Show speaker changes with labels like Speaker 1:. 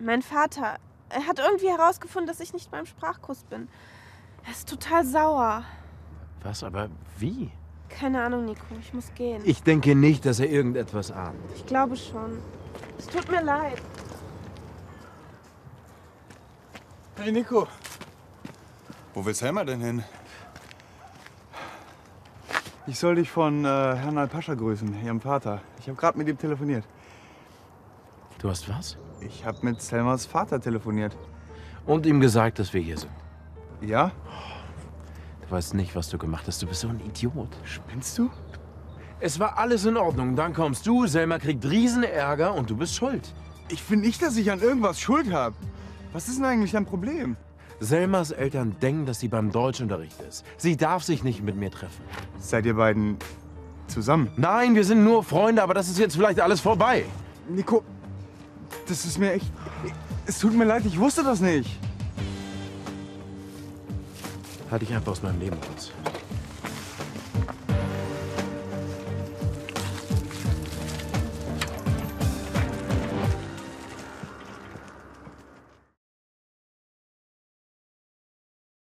Speaker 1: Mein Vater. Er hat irgendwie herausgefunden, dass ich nicht beim Sprachkurs bin. Er ist total sauer.
Speaker 2: Was, aber wie?
Speaker 1: Keine Ahnung, Nico. Ich muss gehen.
Speaker 2: Ich denke nicht, dass er irgendetwas ahnt.
Speaker 1: Ich glaube schon. Es tut mir leid.
Speaker 3: Hey Nico,
Speaker 4: Wo willst Helmer denn hin?
Speaker 3: ich soll dich von äh, Herrn Alpascha grüßen, ihrem Vater. Ich habe gerade mit ihm telefoniert.
Speaker 2: Du hast was?
Speaker 3: Ich habe mit Selmas Vater telefoniert.
Speaker 2: Und ihm gesagt, dass wir hier sind.
Speaker 3: Ja?
Speaker 2: Du weißt nicht, was du gemacht hast. Du bist so ein Idiot.
Speaker 3: Spinnst du?
Speaker 2: Es war alles in Ordnung. Dann kommst du, Selma kriegt Riesenärger und du bist schuld.
Speaker 3: Ich finde nicht, dass ich an irgendwas Schuld habe. Was ist denn eigentlich dein Problem?
Speaker 2: Selmas Eltern denken, dass sie beim Deutschunterricht ist. Sie darf sich nicht mit mir treffen.
Speaker 3: Seid ihr beiden zusammen?
Speaker 2: Nein, wir sind nur Freunde, aber das ist jetzt vielleicht alles vorbei.
Speaker 3: Nico, das ist mir echt. Es tut mir leid, ich wusste das nicht.
Speaker 2: Hatte ich einfach Halt aus meinem Leben raus.